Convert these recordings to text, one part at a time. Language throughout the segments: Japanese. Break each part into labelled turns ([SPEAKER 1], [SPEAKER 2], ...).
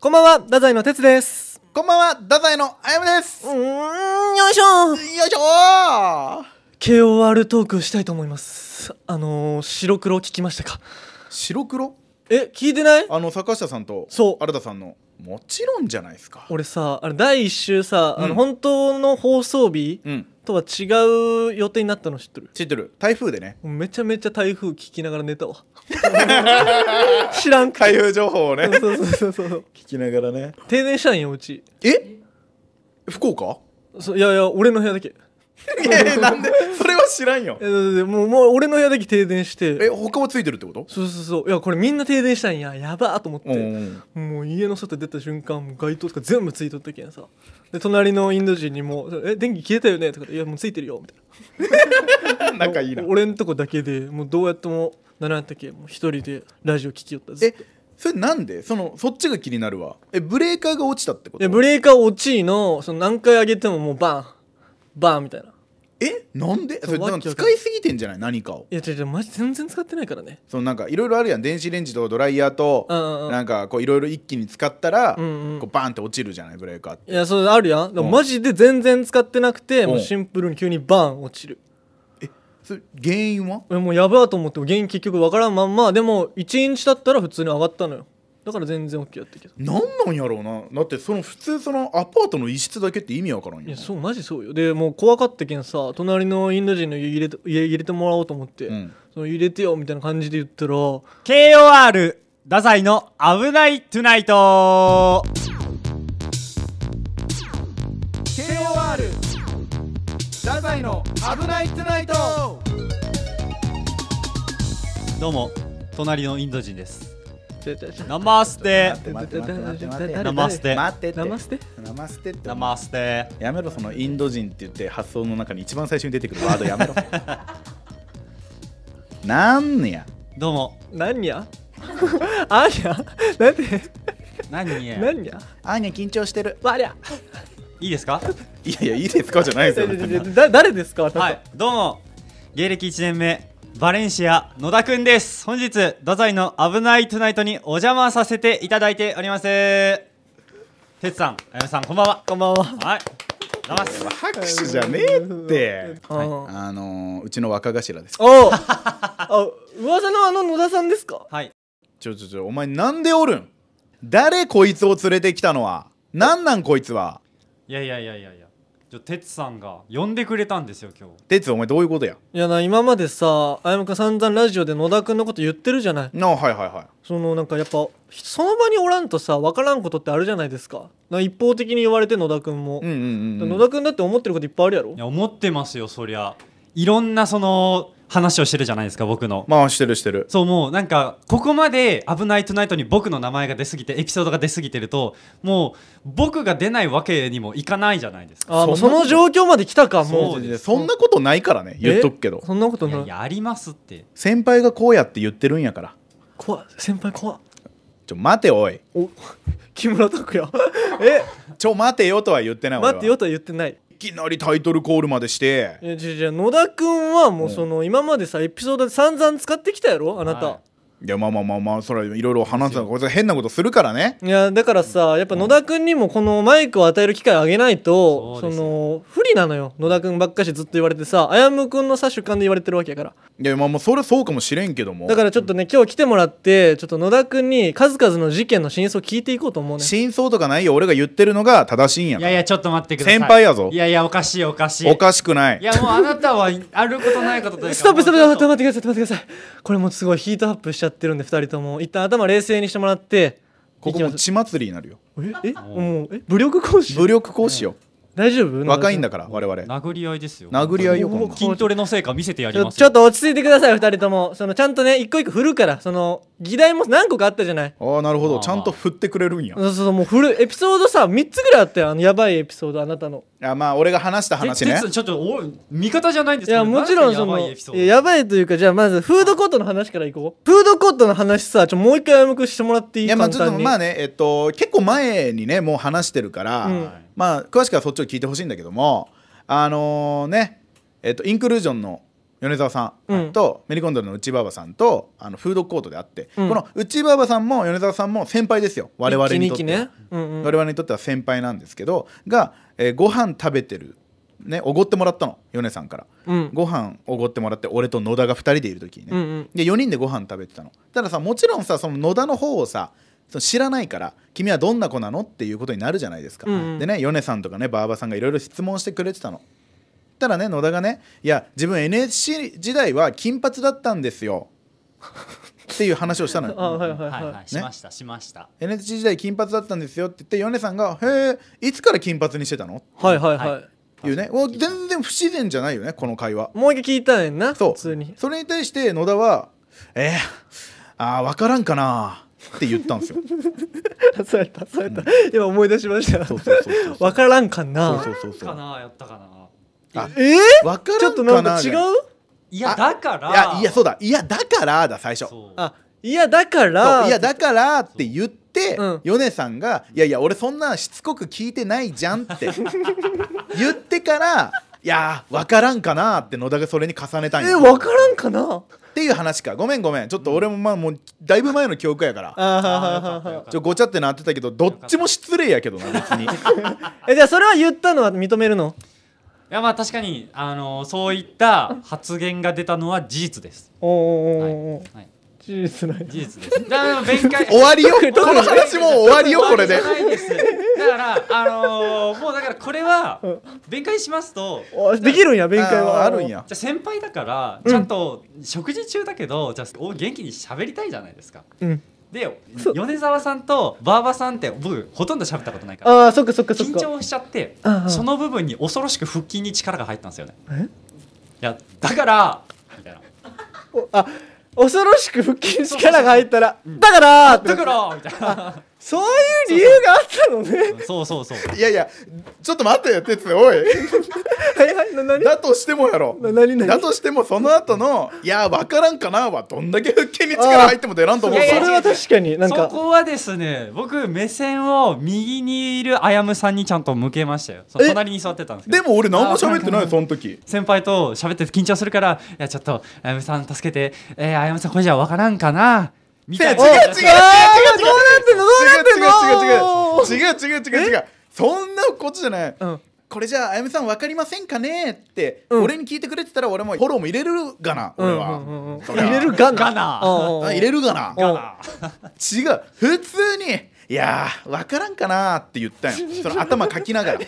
[SPEAKER 1] こんばんは、太宰の哲です。
[SPEAKER 2] こんばんは、太宰のあやむです。
[SPEAKER 1] う
[SPEAKER 2] よ
[SPEAKER 1] ーん、よいしょ
[SPEAKER 2] いしょー
[SPEAKER 1] !KOR トークしたいと思います。あのー、白黒聞きましたか
[SPEAKER 2] 白黒
[SPEAKER 1] え、聞いてない
[SPEAKER 2] あの、坂下さんと、
[SPEAKER 1] そう
[SPEAKER 2] 新田さんの、もちろんじゃないですか。
[SPEAKER 1] 俺さ、あれ、第一週さ、あ
[SPEAKER 2] う
[SPEAKER 1] の、
[SPEAKER 2] ん
[SPEAKER 1] 本当の放送日
[SPEAKER 2] うん、
[SPEAKER 1] とは違う予定になったの知ってる
[SPEAKER 2] 知ってる。台風でね。
[SPEAKER 1] めちゃめちゃ台風聞きながら寝 たわ。知らんか
[SPEAKER 2] 台風情報をね、
[SPEAKER 1] そうそうそうそう。
[SPEAKER 2] 聞きながらね。
[SPEAKER 1] 停電したんよ、うち。
[SPEAKER 2] え福岡
[SPEAKER 1] そういやいや、俺の部屋だけ。
[SPEAKER 2] えなんでそれは知らんよ
[SPEAKER 1] え。だってもう、もう俺の部屋だけ停電して。
[SPEAKER 2] え、他もついてるってこと
[SPEAKER 1] そうそうそういやこれみんな停電したんややばーと思って、
[SPEAKER 2] うん。
[SPEAKER 1] もう家の外出た瞬間もう街灯とか全部ついとったけんさで隣のインド人にも「え電気消えたよね?」とかって「いやもうついてるよ」みたいな
[SPEAKER 2] 仲いいな。
[SPEAKER 1] 俺んとこだけでもうどうやってもならんたけもう一人でラジオ聞きよったずっ
[SPEAKER 2] え
[SPEAKER 1] と、
[SPEAKER 2] それなんでその、そっちが気になるわ。え、ブレーカーが落ちたってこ
[SPEAKER 1] いや
[SPEAKER 2] と
[SPEAKER 1] ブレーカー落ちいのその何回上げてももうバンバンみたいな
[SPEAKER 2] えなんでそれ、
[SPEAKER 1] わけ
[SPEAKER 2] なんか
[SPEAKER 1] わかんな
[SPEAKER 2] 使
[SPEAKER 1] い
[SPEAKER 2] いすぎてんじゃない何かを。
[SPEAKER 1] いや違う違うマジ全然使ってないからね
[SPEAKER 2] そのなんかいろいろあるやん電子レンジとドライヤーと
[SPEAKER 1] うんうんうん
[SPEAKER 2] なんかこういろいろ一気に使ったら
[SPEAKER 1] うんうん
[SPEAKER 2] こうバーンって落ちるじゃないブレーカーって
[SPEAKER 1] いやそれあるやんでも
[SPEAKER 2] うん
[SPEAKER 1] マジで全然使ってなくてもううんシンプルに急にバン落ちる
[SPEAKER 2] それ原因は
[SPEAKER 1] えもうやばと思っても原因結局わからんまんまでも1日だったら普通に上がったのよだから全然 OK やったけど
[SPEAKER 2] なんなんやろうなだってその普通そのアパートの一室だけって意味わからんよ
[SPEAKER 1] いやそうマジそうよでもう怖かったけんさ隣のインド人の家入れて家入れてもらおうと思って、
[SPEAKER 2] うん
[SPEAKER 1] その入れてよみたいな感じで言ったら
[SPEAKER 3] KOR 太宰の危ないトゥナイト
[SPEAKER 2] KOR 太宰の危ないトゥナイト
[SPEAKER 3] どうも隣のインド人です
[SPEAKER 1] 「
[SPEAKER 3] ナマステ
[SPEAKER 2] 待って待って待って待って
[SPEAKER 3] ナマステ
[SPEAKER 2] 待ってって
[SPEAKER 1] ナマステ
[SPEAKER 2] ナマステって
[SPEAKER 3] ナマステ
[SPEAKER 2] やめろそのインド人って言って発想の中に一番最初に出てくるワード やめろなんや
[SPEAKER 3] どうも
[SPEAKER 1] 何やあにゃなんて
[SPEAKER 3] 何や い
[SPEAKER 1] 何や
[SPEAKER 2] あーにゃ緊張してる
[SPEAKER 1] わりゃ
[SPEAKER 3] いですか
[SPEAKER 2] いやいや、いいですかじゃないですよ。別に
[SPEAKER 1] だ誰ですか
[SPEAKER 3] は
[SPEAKER 1] はい
[SPEAKER 3] どうも芸歴1年目バレンシア野田くんです本日太宰の危ないトゥナイトにお邪魔させていただいておりますてつさんあやめさんこんばんは
[SPEAKER 1] こんばんは
[SPEAKER 3] はいナマス
[SPEAKER 2] 拍手じゃねえって。
[SPEAKER 1] お
[SPEAKER 2] あのー、うちの若頭です。
[SPEAKER 1] おうあ噂のあの野田さんですか
[SPEAKER 3] はい
[SPEAKER 2] ちょちょちょ、お前なんでおるん誰こいつを連れてきたのはなんなんこいつはい
[SPEAKER 3] やいやいやいやいやじゃてつさんが呼んでくれたんですよ今日
[SPEAKER 2] 哲お前どういうことや
[SPEAKER 1] いやな今までさあやむくん散々ラジオで野田くんのこと言ってるじゃない
[SPEAKER 2] なあ、はいはいは
[SPEAKER 1] そのなんかやっぱその場におらんとさ分からんことってあるじゃないですかな一方的に言われて野田くんも、
[SPEAKER 2] い。うんうんうん。
[SPEAKER 1] 野田くんだって思ってることいっぱいあるやろ
[SPEAKER 3] いや思ってますよそりゃいろんなその話をしてるじゃないですか僕の、
[SPEAKER 2] まあ、してるしてる。
[SPEAKER 3] そうもうなんかここまで「危ないトゥナイト」に僕の名前が出すぎてエピソードが出すぎてるともう僕が出ないわけにもいかないじゃないですか
[SPEAKER 1] あーもう
[SPEAKER 2] そ
[SPEAKER 1] そ
[SPEAKER 2] んなこ
[SPEAKER 1] の
[SPEAKER 2] と
[SPEAKER 1] 状況まで来たかも
[SPEAKER 3] そうう
[SPEAKER 2] い
[SPEAKER 3] で
[SPEAKER 2] や
[SPEAKER 3] す
[SPEAKER 2] そんなことないからね、言っとくけど
[SPEAKER 1] え。そんなこと
[SPEAKER 3] い
[SPEAKER 1] ない
[SPEAKER 3] やいやありますって
[SPEAKER 2] 先輩がこうやって言ってるんやから。
[SPEAKER 1] 怖い先輩怖い
[SPEAKER 2] ちょ、待ておい。
[SPEAKER 1] お 木村拓哉え
[SPEAKER 2] ちょ、待てよとは言ってない俺は
[SPEAKER 1] 待ってよとは言ってない
[SPEAKER 2] いきなりタイトルコールまでして。
[SPEAKER 1] いや違う違う野田くんはもうその、今までさエピソードで散々使ってきたやろあなた、
[SPEAKER 3] はい
[SPEAKER 2] や、まあまあまあまあ、それはいろいろ話すのこいつ変なことするからね。
[SPEAKER 1] いやだからさやっぱ野田君にもこのマイクを与える機会をあげないと
[SPEAKER 3] そ
[SPEAKER 1] そう
[SPEAKER 3] ですよ
[SPEAKER 1] の不利なのよ野田君ばっかしずっと言われてさあやむ君のさ主観で言われてるわけやから
[SPEAKER 2] いやまあまあそれそうかもしれんけども
[SPEAKER 1] だからちょっとね、今日来てもらってちょっと野田君に数々の事件の真相聞いていこうと思うね
[SPEAKER 2] 真相とかないよ俺が言ってるのが正しいんや
[SPEAKER 3] い
[SPEAKER 2] から
[SPEAKER 3] やいやちょっと待ってください
[SPEAKER 2] 先輩やぞ
[SPEAKER 3] いやいやおかしいおかしい
[SPEAKER 2] おかしくない
[SPEAKER 3] いやもうあなたはあることないことというか
[SPEAKER 1] ストップストップ
[SPEAKER 3] もう
[SPEAKER 1] ス
[SPEAKER 3] ち
[SPEAKER 1] ト
[SPEAKER 3] ょ
[SPEAKER 1] ッ
[SPEAKER 3] っ
[SPEAKER 1] プ待ってください待ってくださいこれもうすごいヒートアップしちゃってるんで2人とも一旦頭冷静にしてもらって
[SPEAKER 2] ここ
[SPEAKER 1] いき
[SPEAKER 2] も
[SPEAKER 1] ます
[SPEAKER 2] 血祭りになるよ
[SPEAKER 1] ええもうえ武力行使
[SPEAKER 2] 武力行使よ
[SPEAKER 1] 大丈夫
[SPEAKER 2] 若いんだ
[SPEAKER 1] か
[SPEAKER 2] から我々
[SPEAKER 3] 殴り合いですよ
[SPEAKER 2] 殴り合いよ
[SPEAKER 1] おー
[SPEAKER 2] こんなん
[SPEAKER 3] 筋トレの成果見せてや
[SPEAKER 1] ち
[SPEAKER 3] り
[SPEAKER 1] ょ
[SPEAKER 3] ます
[SPEAKER 1] ちょ
[SPEAKER 3] よ
[SPEAKER 1] っと落ち着いてください2人ともそのちゃんとね一個一個振るからその議題も何個かあったじゃない
[SPEAKER 2] ああなるほ
[SPEAKER 3] まあ
[SPEAKER 2] ど
[SPEAKER 3] まあ
[SPEAKER 2] ちゃんと振ってくれるんや
[SPEAKER 1] そうそうそうもう古いエピソードさ3つぐらいあったよあのやばいエピソードあなたの
[SPEAKER 2] あまあ俺が話した
[SPEAKER 3] て
[SPEAKER 2] 話
[SPEAKER 3] て
[SPEAKER 2] ね
[SPEAKER 3] つちょっとお味方じゃないんで
[SPEAKER 1] い
[SPEAKER 3] すけ
[SPEAKER 1] や
[SPEAKER 3] ど
[SPEAKER 1] もちろんその
[SPEAKER 3] なん
[SPEAKER 1] い
[SPEAKER 3] か
[SPEAKER 1] や
[SPEAKER 3] やばい
[SPEAKER 1] や
[SPEAKER 3] エ
[SPEAKER 1] ばい
[SPEAKER 3] ピソード
[SPEAKER 1] というかじゃあまずフードコートの話からいこうフードコートの話さちょもう一回やむくしてもらっていい
[SPEAKER 2] いやまあ
[SPEAKER 1] 簡
[SPEAKER 2] ちょっ
[SPEAKER 1] 単
[SPEAKER 2] と
[SPEAKER 1] に
[SPEAKER 2] まあねえっと結構前にねもう話してるから
[SPEAKER 1] うん
[SPEAKER 2] まあ詳しくはそっちを聞いてほしいんだけどもあのねえっとインクルージョンの米沢さ
[SPEAKER 1] うん
[SPEAKER 2] んと、メリコンドルの内馬場さんとあのフードコートで会って、
[SPEAKER 1] うん
[SPEAKER 2] この内馬場さんも米沢さんも先輩ですよ我々にとって
[SPEAKER 1] 一
[SPEAKER 2] は
[SPEAKER 1] 日ねうんうん
[SPEAKER 2] 我々にとっては先輩なんですけどが、えーご飯食べてるねおごってもらったの米さんから、
[SPEAKER 1] うん
[SPEAKER 2] ご飯おごってもらって俺と野田が2人でいる時にね、
[SPEAKER 1] うんうん
[SPEAKER 2] で4人でご飯食べてたのたださもちろんさその野田の方をさその知らないから君はどんな子なのっていうことになるじゃないですか、
[SPEAKER 1] うんうん
[SPEAKER 2] でね米さんとかねバーバさんがいろいろ質問してくれてたのたらね野田がね「いや自分 NSC 時代は金髪だったんですよ」っていう話をしたのよ
[SPEAKER 1] あはいはい
[SPEAKER 3] はい
[SPEAKER 1] は
[SPEAKER 3] はいいしましたしました
[SPEAKER 2] NSC 時代金髪だったんですよって言って米さんが「へえいつから金髪にしてたの?」
[SPEAKER 1] はいはいは
[SPEAKER 3] はい
[SPEAKER 2] っていうねお全然不自然じゃないよねこの会話
[SPEAKER 1] もう一回聞いたんやんな
[SPEAKER 2] そう
[SPEAKER 1] 普通に
[SPEAKER 2] それに対して野田は「えー、あー分からんかな」って言ったんです よ
[SPEAKER 1] そうやったそうやった今思い出しました
[SPEAKER 2] そうそうそうそう
[SPEAKER 1] わからんかな
[SPEAKER 2] そうそうそう
[SPEAKER 3] かなやったかな
[SPEAKER 2] あ
[SPEAKER 1] えー
[SPEAKER 2] 分からんかな
[SPEAKER 1] ちょっとなんか違う
[SPEAKER 3] い
[SPEAKER 2] あ
[SPEAKER 3] やだから
[SPEAKER 2] いやいやそうだいやだからだ最初そう
[SPEAKER 3] そう
[SPEAKER 1] あいやだから
[SPEAKER 2] いやだからって言って、
[SPEAKER 1] うん
[SPEAKER 2] ヨネさんが「いやいや俺そんなしつこく聞いてないじゃん」 って言ってから「いやー分からんかな」って野田がそれに重ねたんや
[SPEAKER 1] えわからんかな
[SPEAKER 2] っていう話かごめんごめんちょっと俺もまあもうだいぶ前の記憶やから
[SPEAKER 1] あ
[SPEAKER 3] あーよかったよかっ
[SPEAKER 2] ちょごちゃってなってたけどどっちも失礼やけどな別に
[SPEAKER 1] えじゃあそれは言ったのは認めるの
[SPEAKER 3] いやまあ確かにあのそういった発言が出たのは事実です。
[SPEAKER 1] おーおー
[SPEAKER 3] はい
[SPEAKER 1] おーおー
[SPEAKER 3] はい
[SPEAKER 1] 事実ない
[SPEAKER 3] 事実です。だから弁解
[SPEAKER 2] 終わりよこの話もう終わりよこれで
[SPEAKER 3] 終わりじゃないですだからあのーもうだからこれは
[SPEAKER 1] ん
[SPEAKER 3] 弁解しますと。
[SPEAKER 1] あできるんや弁解
[SPEAKER 2] あー
[SPEAKER 1] は
[SPEAKER 2] あるんや
[SPEAKER 3] じゃあ先輩だから
[SPEAKER 1] ん
[SPEAKER 3] ちゃんと食事中だけど、じゃあお元気に喋りたいじゃないですか
[SPEAKER 1] うん
[SPEAKER 3] で
[SPEAKER 1] そう
[SPEAKER 3] 米沢さんとバーバさんって僕ほとんど喋ったことないから
[SPEAKER 1] ああそっかそっかそっ
[SPEAKER 3] 緊
[SPEAKER 1] か
[SPEAKER 3] 張しちゃって
[SPEAKER 1] うんうん
[SPEAKER 3] その部分に恐ろしく腹筋に力が入ったんですよね
[SPEAKER 1] え
[SPEAKER 3] いやだからみたいな
[SPEAKER 1] おあ恐ろしく腹筋に力が入ったらだからーって
[SPEAKER 3] だから みたいな
[SPEAKER 1] そういう理由があったのね
[SPEAKER 3] そうそうそう
[SPEAKER 2] いやいやちょっと待ってよ哲也おい
[SPEAKER 1] はいはいな何
[SPEAKER 2] だとしてもやろ
[SPEAKER 1] な何何
[SPEAKER 2] だとしてもその後の「いや分からんかな」はどんだけ腹筋に力入っても出らんと
[SPEAKER 1] そ
[SPEAKER 2] 思う
[SPEAKER 3] いやいや
[SPEAKER 1] れ
[SPEAKER 2] ぞ
[SPEAKER 1] は確かになん
[SPEAKER 3] そ
[SPEAKER 1] か
[SPEAKER 3] こはですね僕目線を右にいるあやむさんにちゃんと向けましたよそう
[SPEAKER 1] え
[SPEAKER 3] 隣に座ってたんですけど
[SPEAKER 2] でも俺何も喋ってないよその時
[SPEAKER 3] 先輩と喋ってて緊張するから「いやちょっとあやむさん助けて、えー、あやむさんこれじゃ分からんかな」みたいな
[SPEAKER 2] 違う違う違う違う違う違う違う違う違う違う違う違う違う違うそんなことじゃない、
[SPEAKER 1] うん
[SPEAKER 2] これじゃああやめさん分かりませんかねって、
[SPEAKER 1] うん
[SPEAKER 2] 俺に聞いてくれてたら俺もフォローも入れるがな
[SPEAKER 1] うん
[SPEAKER 2] 俺
[SPEAKER 1] う
[SPEAKER 2] は、
[SPEAKER 1] んうんうん
[SPEAKER 2] そりゃ
[SPEAKER 1] 入れる ガナ
[SPEAKER 3] ガナ
[SPEAKER 1] うんうんうん
[SPEAKER 2] あ入れるがな
[SPEAKER 1] うん
[SPEAKER 2] 違う普通に「いやー分からんかな」って言ったんよその頭かきなが ら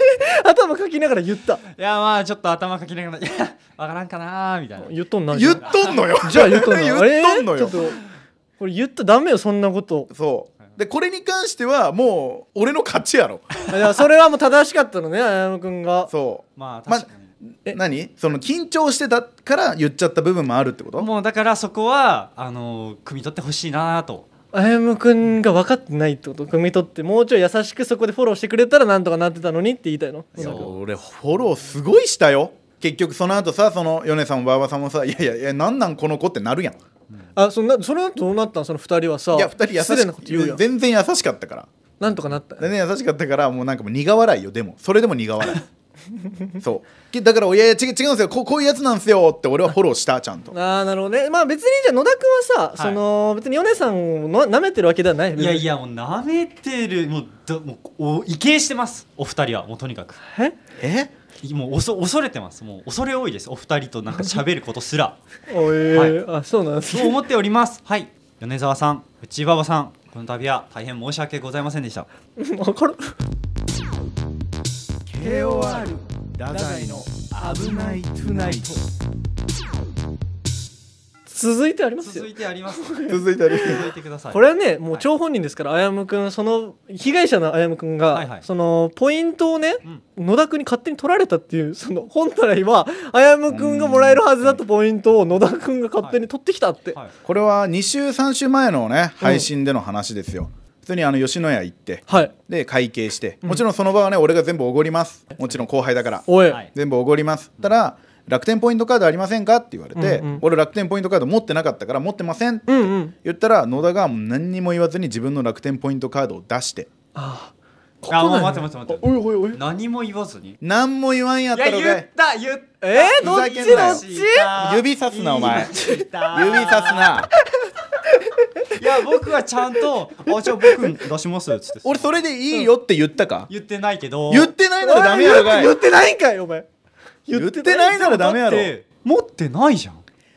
[SPEAKER 1] 頭かきながら言った
[SPEAKER 3] いやまあちょっと頭かきながら「いや分からんかな」みたいな
[SPEAKER 1] 言っとんな
[SPEAKER 2] 言っとんのよ
[SPEAKER 1] じゃあ言っとんの
[SPEAKER 2] 言 っとんの
[SPEAKER 1] あれちょ
[SPEAKER 2] よ
[SPEAKER 1] っとこれ言ったらダメよそんなこと
[SPEAKER 2] そうでこれに関してはもう俺の勝ちやろ
[SPEAKER 1] いやそれはもう正しかったのねあやむくんが
[SPEAKER 2] そう
[SPEAKER 3] まあ
[SPEAKER 2] ま
[SPEAKER 3] 確かに、
[SPEAKER 1] え
[SPEAKER 2] 何その緊張してたから言っちゃった部分もあるってこと
[SPEAKER 3] もうだからそこはあのー汲み取ってほしいなと
[SPEAKER 1] あやむくんが分かってないってこと汲み取ってもうちょい優しくそこでフォローしてくれたらなんとかなってたのにって言いたいの
[SPEAKER 3] そう
[SPEAKER 2] 俺フォローすごいしたよ結局その後さその米さんも馬場さんもさ「いやいやいやなんなんこの子」ってなるやんい
[SPEAKER 1] あそんなその後どうなったんその二人はさ
[SPEAKER 2] や2人優
[SPEAKER 1] 失礼なこと言う
[SPEAKER 2] し
[SPEAKER 1] や
[SPEAKER 2] く
[SPEAKER 1] ん
[SPEAKER 2] 全然優しかったから
[SPEAKER 1] なんとかなった
[SPEAKER 2] 全然優しかったからもうなんかもう苦笑いよでもそれでも苦笑 いそうけだから「いやいや違う違うんですよこうこういうやつなんですよ」って俺はフォローしたちゃんと
[SPEAKER 1] ああなるほどねまあ別にじゃあ野田君はさ、
[SPEAKER 3] は
[SPEAKER 1] そ
[SPEAKER 3] い
[SPEAKER 1] の別に米さんをな舐めてるわけではない
[SPEAKER 3] いやいやもうなめてるもうどもうお畏敬してますお二人はもうとにかく
[SPEAKER 1] え
[SPEAKER 2] え
[SPEAKER 3] いもうおそ恐れてますもう恐れ多いですお二人となんか喋ることすら
[SPEAKER 1] おえーあそうなんです
[SPEAKER 3] そう思っておりますはい米沢さん内馬場さんこの度は大変申し訳ございませんでした
[SPEAKER 1] 分かる
[SPEAKER 2] KOR ダザイの「危ないトゥナイト
[SPEAKER 1] 続いてありますよ
[SPEAKER 3] 続いてあります」
[SPEAKER 2] 続いてある
[SPEAKER 3] 続いてください
[SPEAKER 1] これはねもう
[SPEAKER 3] い
[SPEAKER 1] 張本人ですから、あやむくんその被害者のあやむくんが、
[SPEAKER 3] はいはい
[SPEAKER 1] そのポイントをね、
[SPEAKER 3] うん
[SPEAKER 1] 野田くんに勝手に取られたっていうその本来はあやむくんがもらえるはずだったポイントを野田くんが勝手に取ってきたって、
[SPEAKER 3] はい
[SPEAKER 2] これは2週3週前のね配信での話ですよ、普通にあの吉野家行って
[SPEAKER 1] はい
[SPEAKER 2] で会計してもちろんその場はね俺が全部おごりますもちろん後輩だから
[SPEAKER 1] おい、
[SPEAKER 3] はい
[SPEAKER 2] 全部おごりますたら楽天ポイントカードありませんかって言われて、
[SPEAKER 1] うんうん
[SPEAKER 2] 俺楽天ポイントカード持ってなかったから持ってませんって
[SPEAKER 1] うんうん
[SPEAKER 2] 言ったら野田がもう何にも言わずに自分の楽天ポイントカードを出して
[SPEAKER 1] ああ
[SPEAKER 3] あもう待って待って待って
[SPEAKER 1] おいおいおい
[SPEAKER 3] 何も言わずにい
[SPEAKER 2] 何も言わんやった
[SPEAKER 3] や
[SPEAKER 2] ろ
[SPEAKER 3] 言
[SPEAKER 2] が
[SPEAKER 3] っ
[SPEAKER 2] い
[SPEAKER 3] た言っ
[SPEAKER 1] えー、どっ
[SPEAKER 2] ふざけん
[SPEAKER 1] ち
[SPEAKER 2] な
[SPEAKER 1] ど
[SPEAKER 2] よ
[SPEAKER 1] っち
[SPEAKER 3] た
[SPEAKER 2] 指さすなお前
[SPEAKER 3] 指
[SPEAKER 2] 指さすな
[SPEAKER 3] いや僕はちゃんと「あじゃあ僕出します」っつって
[SPEAKER 2] 俺それでいいよって言ったか
[SPEAKER 3] 言ってないけど
[SPEAKER 2] 言ってないならダメやろがい
[SPEAKER 1] 言ってないんかいお前
[SPEAKER 2] 言ってないならダメやろ
[SPEAKER 3] だって持ってないじゃん、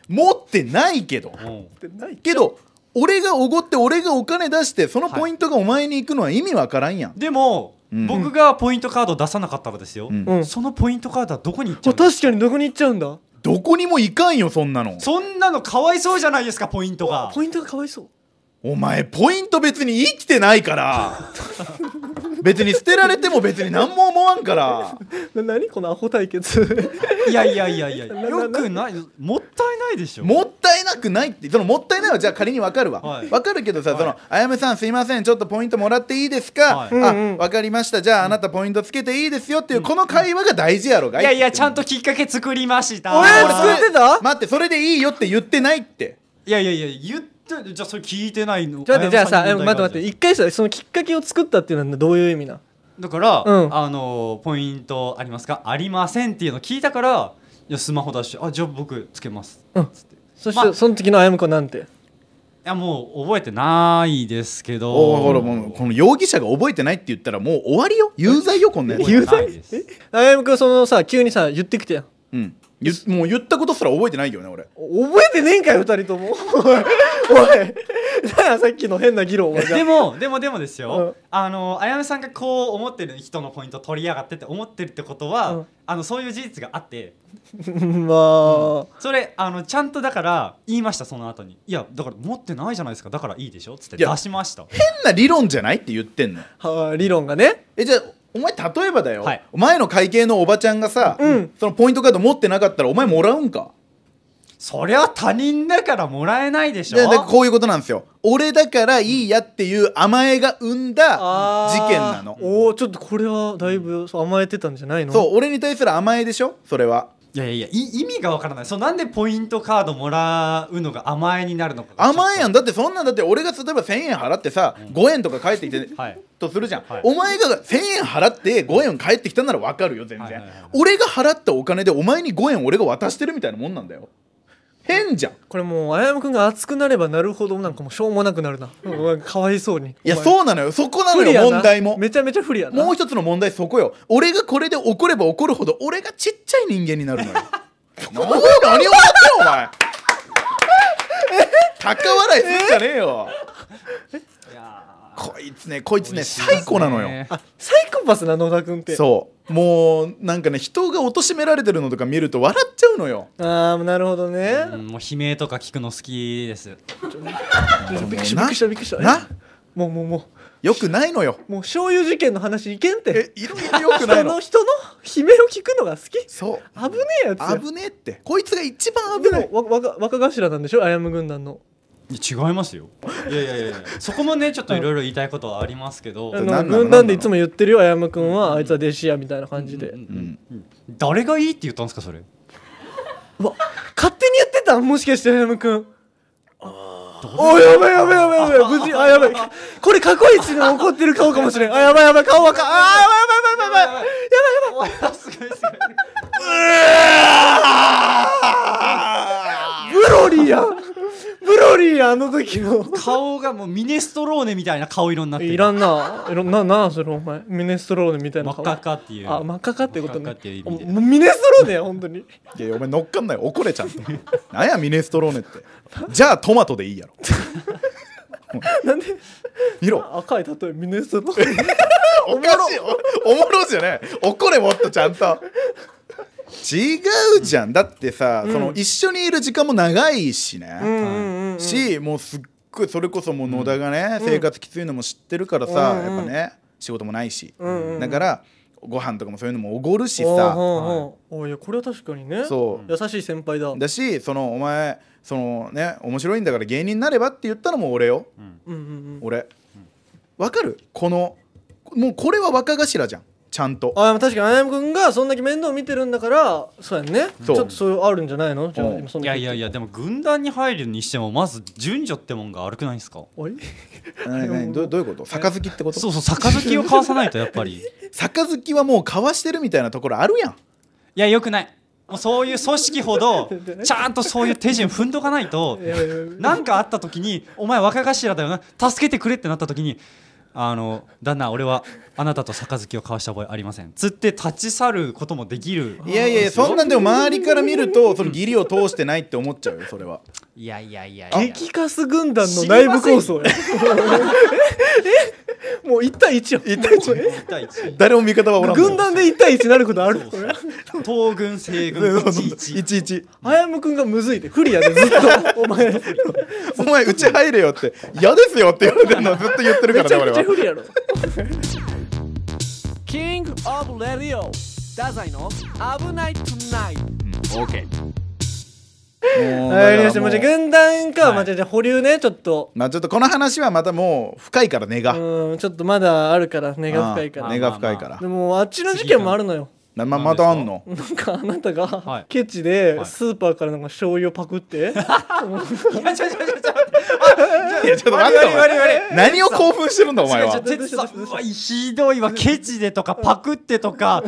[SPEAKER 2] 持ってないけど
[SPEAKER 1] 言ってない
[SPEAKER 2] けど俺がおごって俺がお金出してそのポイントがお前に行くのは意味わからんやん、
[SPEAKER 3] でも、
[SPEAKER 2] うん
[SPEAKER 3] 僕がポイントカード出さなかったらですよ、
[SPEAKER 2] うん
[SPEAKER 1] うん
[SPEAKER 3] そのポイントカードはどこに行っち
[SPEAKER 1] あ
[SPEAKER 3] ゃうんです
[SPEAKER 1] 確
[SPEAKER 3] か
[SPEAKER 1] かにどこに行っちゃうんだ
[SPEAKER 2] どこにも行かんよそんなの
[SPEAKER 3] そんなのかわいそうじゃないですかポイントが
[SPEAKER 1] ポイントがかわいそう
[SPEAKER 2] お前ポイント別に生きてないから別に捨てられても別に何も思わんから
[SPEAKER 1] な何このアホ対決
[SPEAKER 3] いやいやいやい や
[SPEAKER 1] なな
[SPEAKER 3] よくないもったいないでしょ
[SPEAKER 2] もったいなくないってそのもったいないはじゃあ仮にわかるわ、
[SPEAKER 3] はい
[SPEAKER 2] わかるけどさ、そ
[SPEAKER 3] は
[SPEAKER 2] の
[SPEAKER 3] い
[SPEAKER 2] あやめさんすいませんちょっとポイントもらっていいですか、
[SPEAKER 3] はい
[SPEAKER 1] うんうん
[SPEAKER 2] あわかりましたじゃああなたポイントつけていいですよっていうこの会話が大事やろが
[SPEAKER 3] いやいやちゃ
[SPEAKER 2] と
[SPEAKER 3] んときっかけ作りました
[SPEAKER 1] 俺
[SPEAKER 2] 俺
[SPEAKER 1] 作ってた
[SPEAKER 2] 待ってそれでいいよって言ってないって
[SPEAKER 3] いやいやいや言ってじゃあそれ聞いてないの
[SPEAKER 1] ちょっと待ってじゃあさ
[SPEAKER 3] 綾
[SPEAKER 1] え
[SPEAKER 3] 野
[SPEAKER 1] 待
[SPEAKER 3] に問題
[SPEAKER 1] って待
[SPEAKER 3] がある
[SPEAKER 1] って
[SPEAKER 3] じ
[SPEAKER 1] 一回さそのきっかけを作ったっていうのはどういう意味な
[SPEAKER 3] ゃんだから、
[SPEAKER 1] うん
[SPEAKER 3] あのポイントありますかありませんっていうの聞いたからいやスマホ出してあじゃあ僕つけます
[SPEAKER 1] うん
[SPEAKER 3] つってい
[SPEAKER 1] そして、
[SPEAKER 3] まあ
[SPEAKER 1] その時のあやむ子なんて
[SPEAKER 3] やもう覚えてないですけど
[SPEAKER 2] おほらもうこの容疑者が覚えてないって言ったらもう終わりよ有罪よこんなや
[SPEAKER 3] 覚
[SPEAKER 2] つ、
[SPEAKER 3] えてないです
[SPEAKER 1] あやむくんそのさ急にさ言ってきてやん
[SPEAKER 2] うん、ゆもう言ったことすら覚えてないよね俺
[SPEAKER 1] お覚えてねえんかよ二人ともおいおい何やさっきの変な議論はじゃあ
[SPEAKER 3] でもでもでもですよ、
[SPEAKER 1] う
[SPEAKER 3] あのあやめさんがこう思ってる人のポイント取りやがってって思ってるってことは、
[SPEAKER 1] うん
[SPEAKER 3] あのそういう事実があって
[SPEAKER 1] うん ま
[SPEAKER 3] それあのちゃんとだから言いましたその後にいやだから持ってないじゃないですかだからいいでしょつって
[SPEAKER 2] いや
[SPEAKER 3] 出しました
[SPEAKER 2] 変な理論じゃないって言ってんの
[SPEAKER 1] あ、はあ理論がね
[SPEAKER 2] えじゃあお前例えばだよ、
[SPEAKER 3] はい
[SPEAKER 2] 前の会計のおばちゃんがさ、
[SPEAKER 1] うん
[SPEAKER 2] そのポイントカード持ってなかったらお前もらうんか
[SPEAKER 3] そりゃ他人だからもらえないでしょ
[SPEAKER 2] ででこういうことなんですよ俺だからいいやっていう甘えが生んだ事件なの
[SPEAKER 1] おおちょっとこれはだいぶそう甘えてたんじゃないの
[SPEAKER 2] そう俺に対する甘えでしょそれはい
[SPEAKER 3] やいやいやい意味がわからないそうなんでポイントカードもらうのが甘えになるのか
[SPEAKER 2] 甘えやん
[SPEAKER 3] だ
[SPEAKER 2] だってそんなんだって俺が例えば1000円払ってさ、5円とか返ってきて、
[SPEAKER 3] はい
[SPEAKER 2] とするじゃん、
[SPEAKER 3] はい
[SPEAKER 2] お前が1000円払って5円返ってきたなら分かるよ全然、
[SPEAKER 3] はいはいはい
[SPEAKER 2] 俺が払ったお金でお前に5円俺が渡してるみたいなもんなんだよ変じゃん
[SPEAKER 1] これもうあやむくんが熱くなればなるほどなんかもうしょうもなくなるな、うん、かわいそうに
[SPEAKER 2] いや
[SPEAKER 1] う
[SPEAKER 2] そうなのよそこなのよ問題も
[SPEAKER 1] めちゃめちゃ不利やな
[SPEAKER 2] もう一つの問題そこよ俺がこれで怒れば怒るほど俺がちっちゃい人間にな るのよ何を何をやってんお前高笑いすんじゃねえよ
[SPEAKER 3] いや
[SPEAKER 2] こいつねこいつね
[SPEAKER 3] 美味しいですね
[SPEAKER 2] 最高なのよ
[SPEAKER 1] あサイコパスな野田くんって
[SPEAKER 2] そうもうなんかね人が貶められてるのとか見ると笑っちゃうのよ
[SPEAKER 1] ああなるほどね
[SPEAKER 3] ーうんもう悲鳴とか聞くの好きです
[SPEAKER 1] びっくりしたびっくりしたびっくりした
[SPEAKER 2] な
[SPEAKER 1] もうもうも
[SPEAKER 2] よくないのよ
[SPEAKER 1] うもう醤油事件の話いけんって
[SPEAKER 2] えいろいろよくな
[SPEAKER 1] 人
[SPEAKER 2] い
[SPEAKER 1] の
[SPEAKER 2] の
[SPEAKER 1] 人の悲鳴を聞くのが好き
[SPEAKER 2] そう
[SPEAKER 1] 危ねえやつや
[SPEAKER 2] 危ねえってこいつが一番
[SPEAKER 1] で
[SPEAKER 2] 危ない
[SPEAKER 1] もわ若若頭なんでしょあやむ軍団の
[SPEAKER 3] いや違いますよいやいやいやいやそこもねちょっといろいろ言いたいことはありますけど
[SPEAKER 1] あ
[SPEAKER 2] なんな
[SPEAKER 1] の
[SPEAKER 2] の
[SPEAKER 1] 軍団でいつも言ってるよあやむくんはあいつは弟子やみたいな感じで、う
[SPEAKER 3] うんうんうん誰がいいって言ったんですか それ
[SPEAKER 1] わ勝手に言ってたもしかしてあやむくんおやばいやばいやばいやばい無事あやばいこれ過去一の怒ってる顔かもしれんあやばいやばい顔はかあーやばいやばいやばいやばいやばい
[SPEAKER 3] おいすごいすごい
[SPEAKER 1] ブロリーやんブロリーやんあの時の
[SPEAKER 3] 顔がもうミネストローネみたいな顔色になってる
[SPEAKER 1] いらんないろんななあそれお前ミネストローネみたいな
[SPEAKER 3] 真っ
[SPEAKER 1] 顔
[SPEAKER 3] 赤っかっていう
[SPEAKER 1] あ真っ赤かってこと
[SPEAKER 3] 真っ
[SPEAKER 1] ね
[SPEAKER 3] 赤っかっていう意味で
[SPEAKER 1] おもうミネストローネや本当に
[SPEAKER 2] いやいやお前乗っかんない怒れちゃんとなんやミネストローネってじゃあトマトでいいやろ
[SPEAKER 1] なんで
[SPEAKER 2] 見ろ
[SPEAKER 1] 赤い例えミネストローネ
[SPEAKER 2] おかしいおおもろいじゃね怒れもっとちゃんと違うじゃんだってさ、その一緒にいる時間も長いし
[SPEAKER 1] うんう
[SPEAKER 2] ね、
[SPEAKER 1] んうんうん
[SPEAKER 2] しもうすっごいそれこそもう野田がね、生活きついのも知ってるからさ、
[SPEAKER 1] うんうん
[SPEAKER 2] やっぱね仕事もないし、
[SPEAKER 1] んうんうん
[SPEAKER 2] だからご飯とかもそういうのもおごるしさ、
[SPEAKER 1] おうおうおうおういやこれは確かにね
[SPEAKER 2] そう
[SPEAKER 1] 優しい先輩だ
[SPEAKER 2] だしそのお前そのね面白いんだから芸人になればって言ったのも俺よ
[SPEAKER 1] うんうんうん
[SPEAKER 2] 俺わかるこのもうこれは若頭じゃんちゃんと
[SPEAKER 1] あでも確かにあやむくんがそんだけ面倒見てるんだからそうやんねち
[SPEAKER 2] そう
[SPEAKER 1] ょっとそういうあるんじゃないのじゃあ
[SPEAKER 2] うん
[SPEAKER 1] 今そん
[SPEAKER 3] い
[SPEAKER 1] な
[SPEAKER 3] や
[SPEAKER 1] こと
[SPEAKER 3] い
[SPEAKER 1] 言
[SPEAKER 3] や
[SPEAKER 1] って
[SPEAKER 3] いやでも軍団に入るにしてもまず順序ってもんが悪くないですか
[SPEAKER 1] おい
[SPEAKER 2] 何何どどういうこと杯ってこと
[SPEAKER 3] そうそう杯を交わさないとやっぱりい
[SPEAKER 2] 杯はもう交わしてるみたいなところあるやん
[SPEAKER 3] やよくないもうそういう組織ほど ちゃんとそういう手順踏んどかないと
[SPEAKER 1] いやいやいや
[SPEAKER 3] なんかあった時に「お前若頭だよな助けてくれ」ってなった時に「あの旦那俺はあなたと杯を交わした覚えありません」つって立ち去ることもできる
[SPEAKER 2] いやいやそんなんでも周りから見るとその義理を通してないって思っちゃうよそれはい
[SPEAKER 3] やいやいやいや
[SPEAKER 1] 激カス軍団の内部構想やえ もう1対1やん
[SPEAKER 3] 一対 一
[SPEAKER 2] 誰も味方はおらんも ん
[SPEAKER 1] 軍団で1対1になることある
[SPEAKER 3] 東軍西 軍
[SPEAKER 2] そう
[SPEAKER 3] い
[SPEAKER 2] そう
[SPEAKER 3] ち
[SPEAKER 2] い
[SPEAKER 3] い
[SPEAKER 2] ちい
[SPEAKER 3] ち
[SPEAKER 2] ちいち
[SPEAKER 1] あやむくんがむずいで不利やでずっと お前めち
[SPEAKER 2] お前うち入れよって嫌ですよって言われてるのずっと言ってるからね
[SPEAKER 1] ゃ
[SPEAKER 2] 俺
[SPEAKER 1] くちゃ
[SPEAKER 2] は
[SPEAKER 1] 不利やろキングオブレディオ太宰の危ないトゥナイト
[SPEAKER 2] オーケー
[SPEAKER 1] わかりましたもうじゃあ軍団か、
[SPEAKER 3] はい
[SPEAKER 1] まあじゃあじゃあ保留ねちょっと
[SPEAKER 2] まあちょっとこの話はまたもう深いから根
[SPEAKER 1] う
[SPEAKER 2] が
[SPEAKER 1] んちょっとまだあるから根が深いか
[SPEAKER 2] あ
[SPEAKER 1] ら
[SPEAKER 2] あ根が深いから
[SPEAKER 1] でもあっちの事件もあるのよ
[SPEAKER 2] なままたあんの
[SPEAKER 1] なんかあなた
[SPEAKER 3] は
[SPEAKER 1] が
[SPEAKER 3] い
[SPEAKER 1] ケチで
[SPEAKER 3] はい
[SPEAKER 1] スーパーからなんか醤油をパクって、
[SPEAKER 3] いやちょちょちょちょちょ
[SPEAKER 2] いやちょっと待ってお
[SPEAKER 3] 悪い悪い悪い
[SPEAKER 2] 前何を興奮してるんだお前
[SPEAKER 3] ちょ
[SPEAKER 2] は
[SPEAKER 3] ちょ哲さんうわひどいわケチでとかパクってとか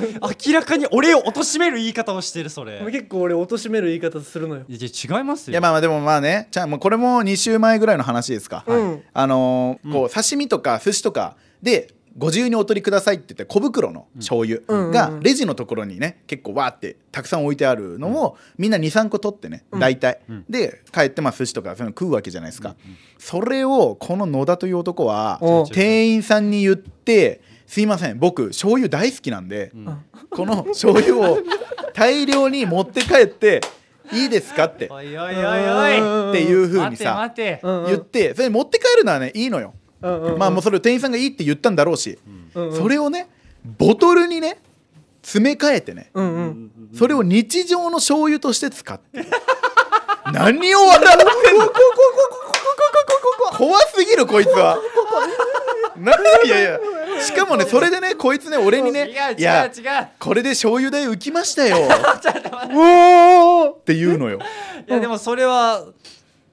[SPEAKER 3] 明らかに俺を貶める言い方をしてるそれい
[SPEAKER 1] 結構俺貶としめる言い方するのよ
[SPEAKER 3] やいや違います
[SPEAKER 2] い
[SPEAKER 3] よ
[SPEAKER 2] やまあまあでもまあねじゃあもうこれも2週前ぐらいの話ですか、
[SPEAKER 1] うん
[SPEAKER 2] あのーこう刺身とか寿司とかでご自由にお取りくださいって言って小袋の醤油
[SPEAKER 1] うんうんうんう
[SPEAKER 2] が
[SPEAKER 1] ん
[SPEAKER 2] レジのところにね結構わーってたくさん置いてあるのをみんな23個取ってね
[SPEAKER 1] うん
[SPEAKER 2] 大体、
[SPEAKER 3] うん
[SPEAKER 2] で帰ってまあ寿司とかそういうの食うわけじゃないですか、それをこの野田という男は
[SPEAKER 1] お
[SPEAKER 2] 店員さんに言って「すいません僕醤油大好きなんで、
[SPEAKER 3] ん
[SPEAKER 2] この醤油を大量に持って帰っていいですか?」って
[SPEAKER 3] おいおいおいおい
[SPEAKER 2] っていう風に
[SPEAKER 3] 待て
[SPEAKER 2] さ
[SPEAKER 3] 待て
[SPEAKER 1] うんうん
[SPEAKER 2] 言ってそれ持って帰るのはねいいのよ
[SPEAKER 1] うんうんうん
[SPEAKER 2] まあもうそれ店員さんがいいって言ったんだろうし
[SPEAKER 1] うんうん
[SPEAKER 2] それをねボトルにね詰め替えてね
[SPEAKER 1] うんうん
[SPEAKER 2] それを日常の醤油として使って何を笑ってんの怖すぎるこいつはなんいやいやしかもねそれでねこいつね俺にね
[SPEAKER 3] 違う違う違う
[SPEAKER 2] いやこれで醤油代浮きましたようおーって言うのよ
[SPEAKER 3] いやでもそれは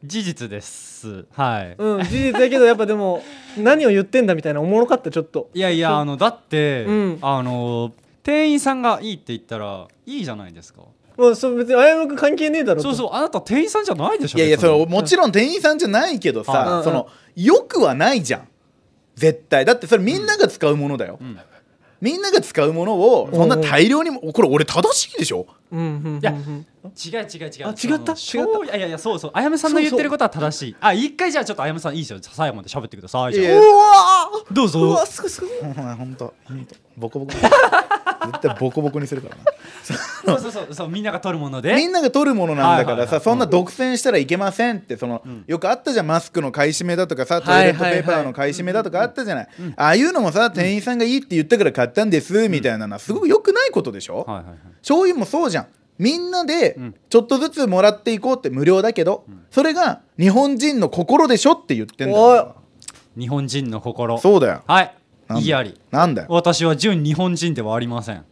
[SPEAKER 3] 事実ですはい
[SPEAKER 1] うん事実やけどやっぱでも何を言ってんだみたいなおもろかったちょっと
[SPEAKER 3] いやいやあのだって
[SPEAKER 1] うん
[SPEAKER 3] あの店員さんがいいって言ったらいいじゃないですか
[SPEAKER 1] もうそう別にあやむくん関係ねえだろと
[SPEAKER 3] そうそうあなた店員さんじゃないでしょ
[SPEAKER 2] いやいや
[SPEAKER 3] 別に
[SPEAKER 2] そのもちろん店員さんじゃないけど
[SPEAKER 3] はい
[SPEAKER 1] うん
[SPEAKER 2] さ
[SPEAKER 1] うん
[SPEAKER 2] そのよくはないじゃん絶対だってそれみんなが使うものだよ、
[SPEAKER 3] ん
[SPEAKER 2] みんなが使うものをそんな大量にもこれ俺正しいでしょ
[SPEAKER 1] うんうんうんうん
[SPEAKER 3] いや違う違う違う
[SPEAKER 1] あ違った
[SPEAKER 3] そ
[SPEAKER 1] 違った
[SPEAKER 3] のそういやいやいやそうそうあやめさんの言ってることは正しいあ一回じゃあちょっとあやめさんいいですよ最後まで喋ってくださいじゃあ
[SPEAKER 2] いや
[SPEAKER 1] うわ
[SPEAKER 3] ど
[SPEAKER 1] ー
[SPEAKER 3] う
[SPEAKER 1] う
[SPEAKER 3] ぞ
[SPEAKER 1] わすごいすごい
[SPEAKER 2] 本当本当ボコボコ絶対ボコボコにするからな
[SPEAKER 3] そうそうそうそうみんなが取るもの
[SPEAKER 2] み
[SPEAKER 3] で
[SPEAKER 2] んなが取るものなんだから
[SPEAKER 3] はいはいは
[SPEAKER 2] さ
[SPEAKER 3] い
[SPEAKER 2] そんな独占したらいけませんってそのよくあったじゃんマスクの買い占めだとかさトイレットペーパーの買い占めだとかあったじゃないああいうのもさ店員さんがいいって言ったから買ったんですみたいなのはすごく良くないことでしょ
[SPEAKER 3] はいはいはい
[SPEAKER 2] 醤油もそうじゃんみんなで
[SPEAKER 3] ん
[SPEAKER 2] ちょっとずつもらっていこうって無料だけど、それが日本人の心でしょって言ってんだ
[SPEAKER 1] おい
[SPEAKER 2] よ
[SPEAKER 3] 日本人の心
[SPEAKER 2] そうだよ
[SPEAKER 3] はい
[SPEAKER 2] なんだ
[SPEAKER 3] 意義あり
[SPEAKER 2] なんだよ
[SPEAKER 3] 私は純日本人ではありません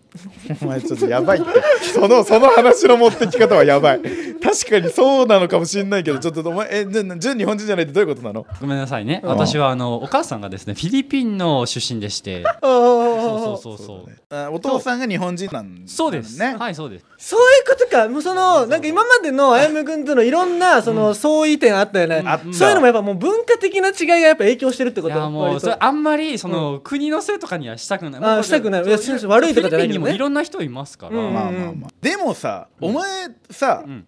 [SPEAKER 2] お前ちょっとやばいってそのその話の持ってき方はやばい確かにそうなのかもしんないけどちょっとお前えじゃあ純日本人じゃないってどういうことなの
[SPEAKER 3] ごめんなさいね私はあのお母さんがですねフィリピンの出身 でして
[SPEAKER 1] あー
[SPEAKER 3] そうそうそうそう
[SPEAKER 2] あお父さんが日本人なんだ
[SPEAKER 3] そうです
[SPEAKER 2] ね、
[SPEAKER 3] はいそうです
[SPEAKER 1] そういうことかもうそのなんか今までのあやむくんとのいろんなその相違点あったよね、
[SPEAKER 2] あった
[SPEAKER 1] そういうのもやっぱもう文化的な違いがやっぱ影響してるって
[SPEAKER 3] い
[SPEAKER 1] こと
[SPEAKER 3] やも
[SPEAKER 1] 割
[SPEAKER 3] う
[SPEAKER 1] と
[SPEAKER 3] それあんまりその国のせいとかにはしたくない
[SPEAKER 1] あー
[SPEAKER 3] もう
[SPEAKER 1] したくない
[SPEAKER 3] そう
[SPEAKER 1] いやそうそう悪いとかじゃないけどね
[SPEAKER 3] フィリピンにもいろんな人いますから
[SPEAKER 1] うん
[SPEAKER 2] まあまあまあでもさお前さ、
[SPEAKER 3] ん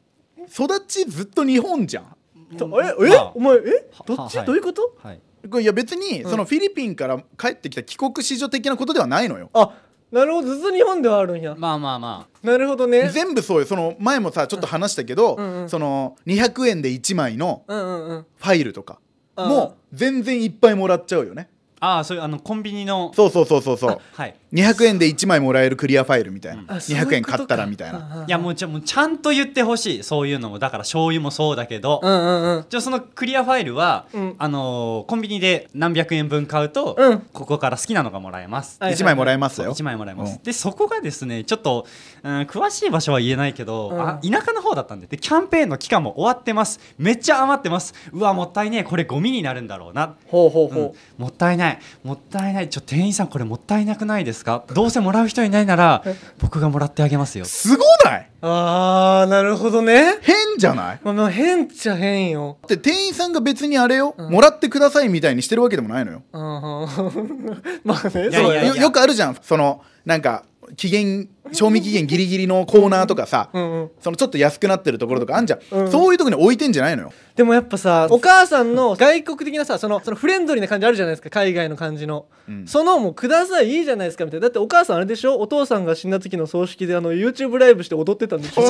[SPEAKER 2] 育ちずっと日本じゃん
[SPEAKER 1] とええ、
[SPEAKER 3] まあ
[SPEAKER 1] お前えどっち、
[SPEAKER 3] はい
[SPEAKER 1] どういうこと
[SPEAKER 3] はい
[SPEAKER 2] これいや別にそのフィリピンから帰ってきた帰国子女的なことではないのよ、
[SPEAKER 1] あなるほどずっと日本ではあるんや
[SPEAKER 3] まあまあまあ
[SPEAKER 1] なるほどね
[SPEAKER 2] 全部そうよその前もさちょっと話したけど、
[SPEAKER 1] うんうん
[SPEAKER 2] その200円で1枚の
[SPEAKER 1] うんうんうん
[SPEAKER 2] ファイルとか
[SPEAKER 1] あー
[SPEAKER 2] もう全然いっぱいもらっちゃうよね
[SPEAKER 3] ああそういうあのコンビニの
[SPEAKER 2] そうそうそうそうそう
[SPEAKER 3] はい
[SPEAKER 2] 200円で1枚もらえるクリアファイルみたいな、
[SPEAKER 1] あそういう
[SPEAKER 2] 200円
[SPEAKER 1] ことか
[SPEAKER 2] 買ったらみたいな。
[SPEAKER 1] ああ
[SPEAKER 3] いやもうちゃもうちゃんと言ってほしいそういうのもだから醤油もそうだけど、
[SPEAKER 1] うんうんうん
[SPEAKER 3] じゃあそのクリアファイルは、
[SPEAKER 1] うん
[SPEAKER 3] あのーコンビニで何百円分買うと、
[SPEAKER 1] うん
[SPEAKER 3] ここから好きなのがもらえます、
[SPEAKER 1] はい
[SPEAKER 2] 1枚もらえますよ。
[SPEAKER 3] 1枚もらえます、
[SPEAKER 2] うん
[SPEAKER 3] でそこがですねちょっと、うん、詳しい場所は言えないけど、
[SPEAKER 1] うん
[SPEAKER 3] あ田舎の方だったんででキャンペーンの期間も終わってますめっちゃ余ってますうわもったいねえこれゴミになるんだろうな
[SPEAKER 1] ほうほう
[SPEAKER 3] うん
[SPEAKER 1] ほ
[SPEAKER 3] もったいないもったいないちょ店員さんこれもったいなくないですかどうせもらう人いないなら僕がもらってあげますよ
[SPEAKER 2] すごない。
[SPEAKER 1] うああなるほどね
[SPEAKER 2] 変じゃない。
[SPEAKER 1] まあまあ変っちゃ変よ
[SPEAKER 2] だって店員さんが別にあれよ、
[SPEAKER 1] ん
[SPEAKER 2] もらってくださいみたいにしてるわけでもないのよ。
[SPEAKER 1] うん まあね
[SPEAKER 3] いやいやいや
[SPEAKER 1] そう
[SPEAKER 2] よよくあるじゃん。そのなんか期限賞味期限ギリギリのコーナーとかさ、
[SPEAKER 1] うんうん
[SPEAKER 2] そのちょっと安くなってるところとかあんじゃん。
[SPEAKER 1] うん
[SPEAKER 2] そういうとこに置いてんじゃないのよ。
[SPEAKER 1] でもやっぱさお母さんの外国的なさそのそのフレンドリーな感じあるじゃないですか海外の感じの、
[SPEAKER 2] うん
[SPEAKER 1] そのもう「くださいいいじゃないですか」みたいなだってお母さんあれでしょお父さんが死んだ時の葬式であの YouTube ライブして踊ってたんでしょ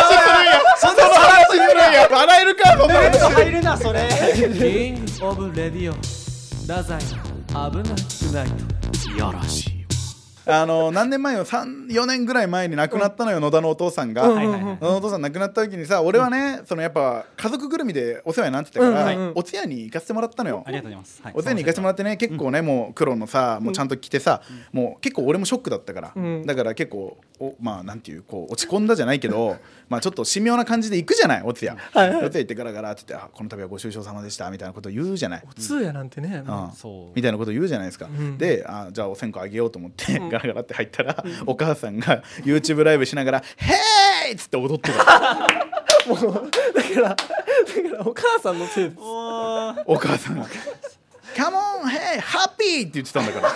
[SPEAKER 2] その話するんや。笑えるかそんな話。
[SPEAKER 3] 入るなそれ
[SPEAKER 4] キングオブレディオ太宰の危なくないとやらしい
[SPEAKER 2] あの何年前よ34年ぐらい前に亡くなったのよ、野田のお父さん
[SPEAKER 1] う
[SPEAKER 2] が、
[SPEAKER 1] んうん
[SPEAKER 3] はいはいはい
[SPEAKER 2] 野田のお父さん亡くなった時にさ俺はね、そのやっぱ家族ぐるみでお世話になってたから、
[SPEAKER 1] うんうんうん
[SPEAKER 2] お通夜に行かせてもらったのよ
[SPEAKER 3] ありがとうございます、はい
[SPEAKER 2] お通夜に行かせてもらってね結構ね、もう黒のさもうちゃんと着てさ、もう結構俺もショックだったから、
[SPEAKER 1] うん
[SPEAKER 2] だから結構おまあなんていうこう落ち込んだじゃないけ どまあちょっと神妙な感じで行くじゃないお通夜、
[SPEAKER 1] はいはい
[SPEAKER 2] お通夜行ってガラガラって言ってあ「この度はご愁傷様でした」みたいなこと言うじゃない。
[SPEAKER 1] お通夜なんてね、
[SPEAKER 2] うん
[SPEAKER 3] そう
[SPEAKER 2] みたいなこと言うじゃないですか、
[SPEAKER 1] ん
[SPEAKER 2] であじゃあお線香あげようと思って、ガラガラって入ったら、お母さんが YouTube ライブしながら「ヘーイ!」っつって踊ってた
[SPEAKER 1] だからだからお母さんのせいです
[SPEAKER 3] おー
[SPEAKER 2] お母さんが「カモンヘイハッピー!」って言ってたんだから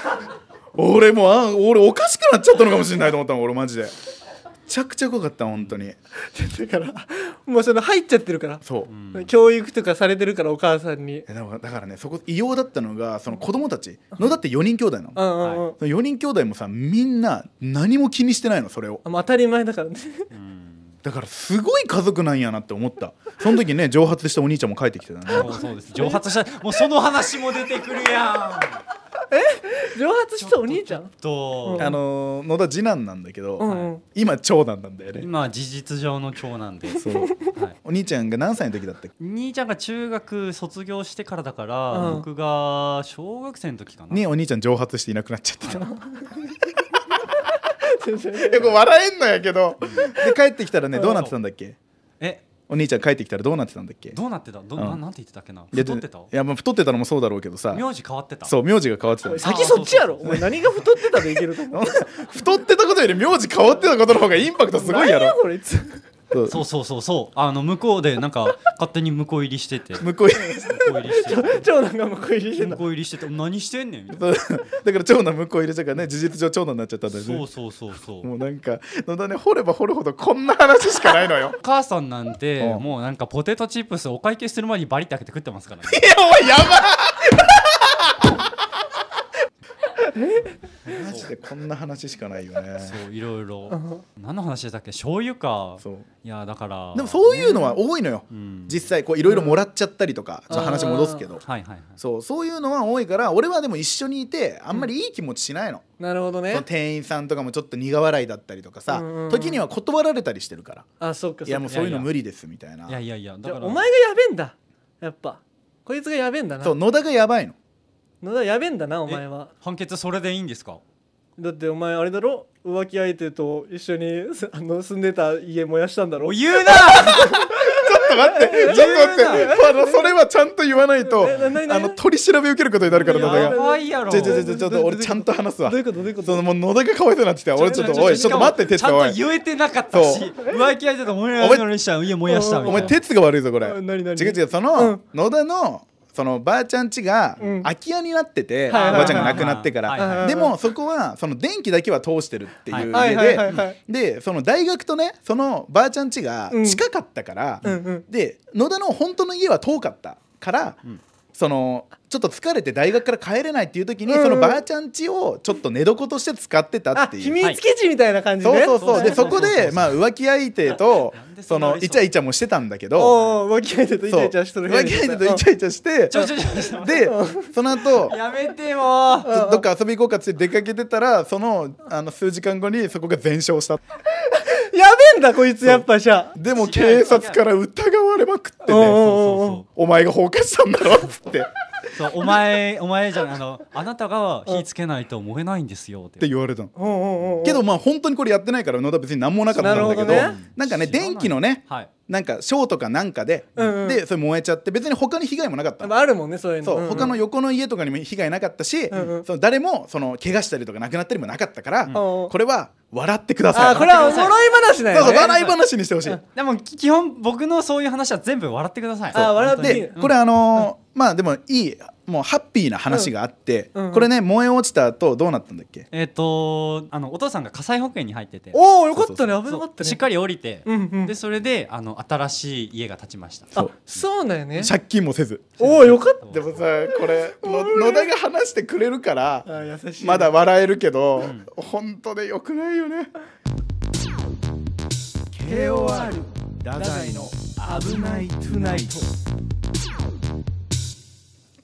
[SPEAKER 2] 俺もうあ俺おかしくなっちゃったのかもしれないと思ったの俺マジでめちゃくちゃ怖かった本当に
[SPEAKER 1] だからもうその入っちゃってるから、
[SPEAKER 2] そう、
[SPEAKER 1] 教育とかされてるからお母さんに
[SPEAKER 2] えだからだからねそこ異様だったのがその子供たちのだって4人兄弟なの、
[SPEAKER 1] うんうんうん、
[SPEAKER 2] その4人兄弟もさみんな何も気にしてないのそれを
[SPEAKER 1] あまあ当たり前だからね
[SPEAKER 2] だからすごい家族なんやなって思ったその時ね蒸発したお兄ちゃんも帰ってきてたね
[SPEAKER 3] もうそうです蒸発したもうその話も出てくるやん
[SPEAKER 1] 蒸発したお兄ちゃん
[SPEAKER 3] と、
[SPEAKER 2] あのー野田次男なんだけど、
[SPEAKER 1] うんうん
[SPEAKER 2] 今長男なんだよね
[SPEAKER 3] 今事実上の長男で
[SPEAKER 2] そ
[SPEAKER 3] す、
[SPEAKER 2] う
[SPEAKER 3] はい、
[SPEAKER 2] お兄ちゃんが何歳の時だったっけ
[SPEAKER 3] 兄ちゃんが中学卒業してからだから、
[SPEAKER 1] うん
[SPEAKER 3] 僕が小学生の時かな
[SPEAKER 2] にお兄ちゃん蒸発していなくなっちゃってた い
[SPEAKER 1] 全 然
[SPEAKER 2] やこれ笑えんのやけどで帰ってきたらねどうなってたんだっけ
[SPEAKER 3] え
[SPEAKER 2] お兄ちゃん帰ってきたらどうなってたんだっけ
[SPEAKER 3] どうなってたど、
[SPEAKER 2] うん
[SPEAKER 3] ななんて言ってたっけな
[SPEAKER 2] で
[SPEAKER 3] 太ってた
[SPEAKER 2] いやまあ太ってたのもそうだろうけどさ
[SPEAKER 3] 名字変わってた
[SPEAKER 2] そう名字が変わってたの
[SPEAKER 1] 先そっちやろお前何が太ってたでいけると思う
[SPEAKER 2] 太ってたことより名字変わってたことの方がインパク トすごいや
[SPEAKER 1] 何や
[SPEAKER 2] ろ
[SPEAKER 1] これいつ
[SPEAKER 2] そう
[SPEAKER 3] そうそうそうそうあの向こうでなんか勝手に向こう入りして て向
[SPEAKER 2] 向こうへ
[SPEAKER 3] こう入りしてて
[SPEAKER 1] 長男が向こう入 りして
[SPEAKER 3] 向
[SPEAKER 1] た
[SPEAKER 3] こう入りしてて何してんねんみたいな
[SPEAKER 2] そうだから長男向こう入れちゃうからね事実上長男になっちゃったんだよね
[SPEAKER 3] そうそうそうそう
[SPEAKER 2] もうなんか野田ね掘れば掘るほどこんな話しかないのよ
[SPEAKER 3] お母さんなんて
[SPEAKER 2] うん
[SPEAKER 3] もうなんかポテトチップスお会計する前にバリって開けて食ってますからね
[SPEAKER 2] いやおいやばマジでこんな話しかないよね
[SPEAKER 3] そういろいろ何の話でしたっけ醤油か
[SPEAKER 2] そう
[SPEAKER 3] いやだから
[SPEAKER 2] でもそういうのは多いのよ、
[SPEAKER 3] ん
[SPEAKER 2] 実際こういろいろもらっちゃったりとか、ちょっと話戻すけど
[SPEAKER 3] はいはいはい
[SPEAKER 2] そうそういうのは多いから俺はでも一緒にいてあんまりいい気持ちしないの、
[SPEAKER 1] なるほど
[SPEAKER 2] その
[SPEAKER 1] ね
[SPEAKER 2] 店員さんとかもちょっと苦笑いだったりとかさ、
[SPEAKER 1] うんうんうん
[SPEAKER 2] 時には断られたりしてるから
[SPEAKER 1] あそっかそっか
[SPEAKER 2] いやもうそういうの無理ですみたいない
[SPEAKER 3] やいやいや
[SPEAKER 1] じ
[SPEAKER 3] だ
[SPEAKER 1] ゃあ
[SPEAKER 3] から
[SPEAKER 1] お前がやべえんだやっぱこいつがやべえんだな
[SPEAKER 2] そう野田がやばいの
[SPEAKER 1] 野田やべえんだなお前は
[SPEAKER 3] 判決それでいいんですか
[SPEAKER 1] だってお前あれだろ浮気相手と一緒に すあの住んでた家燃やしたんだろ
[SPEAKER 3] お言うな
[SPEAKER 2] 待って、ちょっと待って、あの、それはちゃんと言わないと、
[SPEAKER 1] えななな
[SPEAKER 2] あの、取り調べ受けることになるから、野田
[SPEAKER 3] や
[SPEAKER 2] が。
[SPEAKER 3] ばいやろ
[SPEAKER 2] ちょちょちょちょ、ちょっと俺ちゃんと話すわ
[SPEAKER 1] どういう。ことどういうこと
[SPEAKER 2] そのもう野田がかわいそうになってきた。俺ちょっと、
[SPEAKER 3] ょ
[SPEAKER 2] おい、ちょっと待って、
[SPEAKER 3] しか
[SPEAKER 2] 哲
[SPEAKER 3] も
[SPEAKER 2] が、お
[SPEAKER 3] ちゃんと
[SPEAKER 2] い。
[SPEAKER 3] 言えてなかったし
[SPEAKER 2] そ
[SPEAKER 3] 浮気相手と燃やしたのにした家燃やしたみた
[SPEAKER 2] お
[SPEAKER 3] い
[SPEAKER 2] 前、
[SPEAKER 3] な
[SPEAKER 2] 哲が悪いぞ、これ。違
[SPEAKER 1] う
[SPEAKER 2] うん
[SPEAKER 1] 何何
[SPEAKER 2] 違う、そうの
[SPEAKER 1] ん、
[SPEAKER 2] 野田の、そのばあちゃん家が
[SPEAKER 1] うん
[SPEAKER 2] 空き家になってて、お
[SPEAKER 1] はいはいはい
[SPEAKER 2] ばあちゃんが亡くなってか
[SPEAKER 3] はいはい
[SPEAKER 1] は
[SPEAKER 2] ら
[SPEAKER 1] い
[SPEAKER 2] でもそこはその電気だけは通してるっていう
[SPEAKER 1] はい
[SPEAKER 2] 家
[SPEAKER 1] はいはいはいは
[SPEAKER 2] で
[SPEAKER 1] い
[SPEAKER 2] でその大学とねそのばあちゃん家が近かったから
[SPEAKER 1] うんうん
[SPEAKER 2] で野田の本当の家は遠かったから、そのちょっと疲れて大学から帰れないっていう時に、
[SPEAKER 1] うん
[SPEAKER 2] そのばあちゃん家をちょっと寝床として使ってた
[SPEAKER 1] あ
[SPEAKER 2] って
[SPEAKER 1] 秘
[SPEAKER 2] いう。
[SPEAKER 1] 密基地みたいな感じ
[SPEAKER 2] そう
[SPEAKER 1] ね
[SPEAKER 2] そうそうで
[SPEAKER 3] そ
[SPEAKER 2] そう
[SPEAKER 3] そうそう
[SPEAKER 2] こでまあ浮気相手 と
[SPEAKER 3] でそ
[SPEAKER 2] そ
[SPEAKER 3] んな
[SPEAKER 2] の
[SPEAKER 3] ありそう
[SPEAKER 2] イチャイチャもしてたんだけど
[SPEAKER 1] おお浮気相手とイチ
[SPEAKER 2] そう
[SPEAKER 1] ャ
[SPEAKER 2] 浮
[SPEAKER 1] イチャしとる
[SPEAKER 2] 気相手とイチャイチャして
[SPEAKER 3] ちょちょちょちょ
[SPEAKER 2] でその後
[SPEAKER 3] やめてもう
[SPEAKER 2] どっか遊び行こうかっつって出かけてたらそのあの数時間後にそこが全焼した
[SPEAKER 1] やべえんだこいつやっぱじゃあ
[SPEAKER 2] でも
[SPEAKER 3] 違う違
[SPEAKER 2] 警
[SPEAKER 3] う
[SPEAKER 2] 察から疑われまくってて
[SPEAKER 1] おうおう
[SPEAKER 3] そう
[SPEAKER 2] お前が放火したんだろっつってっ
[SPEAKER 3] そうそうそうお前お前じゃんあのあなたが火つけないと燃えないんですよって
[SPEAKER 2] て言われたの
[SPEAKER 1] おうおうおう
[SPEAKER 2] けどまあ本当にこれやってないから野田別に何もなかったんだけど
[SPEAKER 1] なるほど
[SPEAKER 2] なんかね
[SPEAKER 3] 知らない
[SPEAKER 2] 電気のね
[SPEAKER 3] はい
[SPEAKER 2] なんかショーとかなんかで、
[SPEAKER 1] うんうん
[SPEAKER 2] でそれ燃えちゃって別に他に被害もなかったの
[SPEAKER 1] まああるもんねそういうの
[SPEAKER 2] そう、
[SPEAKER 1] んん
[SPEAKER 2] 他の横の家とかにも被害なかったし、
[SPEAKER 1] んうん
[SPEAKER 2] その誰もその怪我したりとか亡くなったりもなかったから、
[SPEAKER 1] ん
[SPEAKER 2] これは笑ってください
[SPEAKER 1] あーこれはおもろい話だ
[SPEAKER 2] そう
[SPEAKER 1] よ
[SPEAKER 2] そう
[SPEAKER 1] ね
[SPEAKER 2] 笑い話にしてほしい、
[SPEAKER 3] でもき基本僕のそういう話は全部笑ってください
[SPEAKER 1] あ笑っていい
[SPEAKER 3] 本
[SPEAKER 2] でこれあのーまあでもいいもうハッピーな話があって、
[SPEAKER 1] うんうん
[SPEAKER 2] これね燃え落ちた後どうなったんだっけ
[SPEAKER 3] えっ、とあのお父さんが火災保険に入ってて
[SPEAKER 1] おおよかったね危
[SPEAKER 3] そ
[SPEAKER 1] な
[SPEAKER 3] う
[SPEAKER 1] かったね
[SPEAKER 3] しっかり降りて、
[SPEAKER 1] うんうん
[SPEAKER 3] でそれであの新しい家が建ちました
[SPEAKER 1] あそうなんよね
[SPEAKER 2] 借金もせず
[SPEAKER 1] おおよかった
[SPEAKER 2] でもさこれの野田が話してくれるから
[SPEAKER 1] あー優しい
[SPEAKER 2] まだ笑えるけど、本当でよくないよね
[SPEAKER 4] KOR 太宰の危ないトゥナイト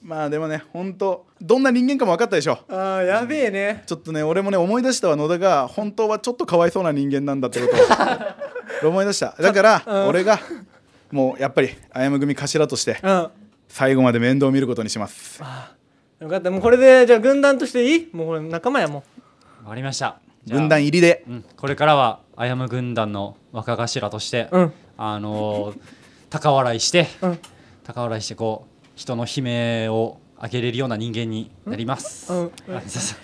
[SPEAKER 2] まあでもね本当どんな人間かも分かったでしょ
[SPEAKER 1] あーやべえね
[SPEAKER 2] ちょっとね俺もね思い出したわ野田が本当はちょっとかわいそうな人間なんだって ことを思い出しただから俺がもうやっぱりあやむ組頭として
[SPEAKER 1] うん
[SPEAKER 2] 最後まで面倒を見ることにします
[SPEAKER 1] よかったもうこれでじゃあ軍団としていいもうこれ仲間やも
[SPEAKER 3] わかりましたじゃあ
[SPEAKER 2] 分断入りで
[SPEAKER 3] うん、これからはあやむ軍団の若頭として、
[SPEAKER 1] うん
[SPEAKER 3] あのー高笑いして、
[SPEAKER 1] うん
[SPEAKER 3] 高笑いしてこう人の悲鳴を上げれるような人間になります、
[SPEAKER 1] うんうん
[SPEAKER 3] あそうそ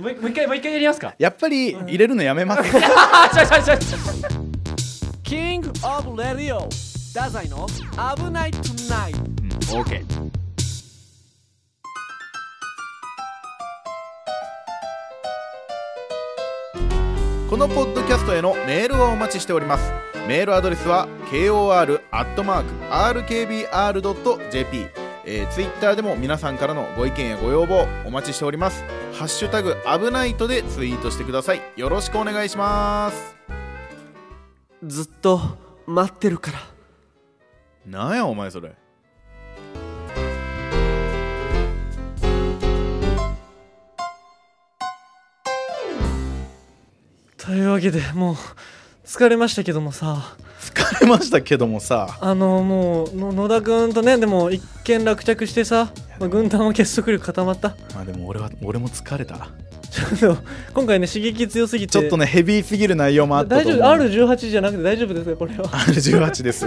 [SPEAKER 3] うもう一もう一回もう一回やりますか
[SPEAKER 2] やっぱり入れるのやめます
[SPEAKER 3] あちょちょちょちょ
[SPEAKER 4] キングオブレディオ太宰の危ないトゥナイト
[SPEAKER 2] OK このポッドキャストへのメールをお待ちしておりますメールアドレスは kor.rkbr.jp えー、ツイッターでも皆さんからのご意見やご要望お待ちしておりますハッシュタグ危ないとでツイートしてくださいよろしくお願いします
[SPEAKER 4] ずっと待ってるから
[SPEAKER 2] なんやお前それ
[SPEAKER 1] というわけでもう疲れましたけどもさ
[SPEAKER 2] 疲れましたけどもさ
[SPEAKER 1] あのもうの野田君とねでも一見落着してさ、まあ、軍団は結束力固まった
[SPEAKER 2] まあでも俺は俺も疲れた
[SPEAKER 1] ちょっと今回ね刺激強すぎて
[SPEAKER 2] ちょっとねヘビーすぎる内容もあった
[SPEAKER 1] 大
[SPEAKER 2] と思
[SPEAKER 1] 丈
[SPEAKER 2] う
[SPEAKER 1] 夫 R18 じゃなくて大丈夫ですかこれは
[SPEAKER 2] R18 です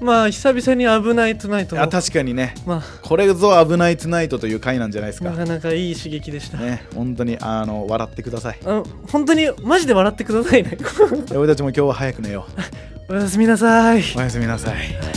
[SPEAKER 1] まあ久々に危ないトゥナイトも
[SPEAKER 2] あ確かにね
[SPEAKER 1] ま
[SPEAKER 2] これぞ危ないトゥナイトという回なんじゃないです
[SPEAKER 1] あ
[SPEAKER 2] か
[SPEAKER 1] なかなかいい刺激でした、
[SPEAKER 2] ね本当にあの笑ってください
[SPEAKER 1] あの本当にマジで笑ってくださいね
[SPEAKER 2] で俺たちも今日は早く寝よ
[SPEAKER 1] おやすみなさいう
[SPEAKER 2] おやすみなさい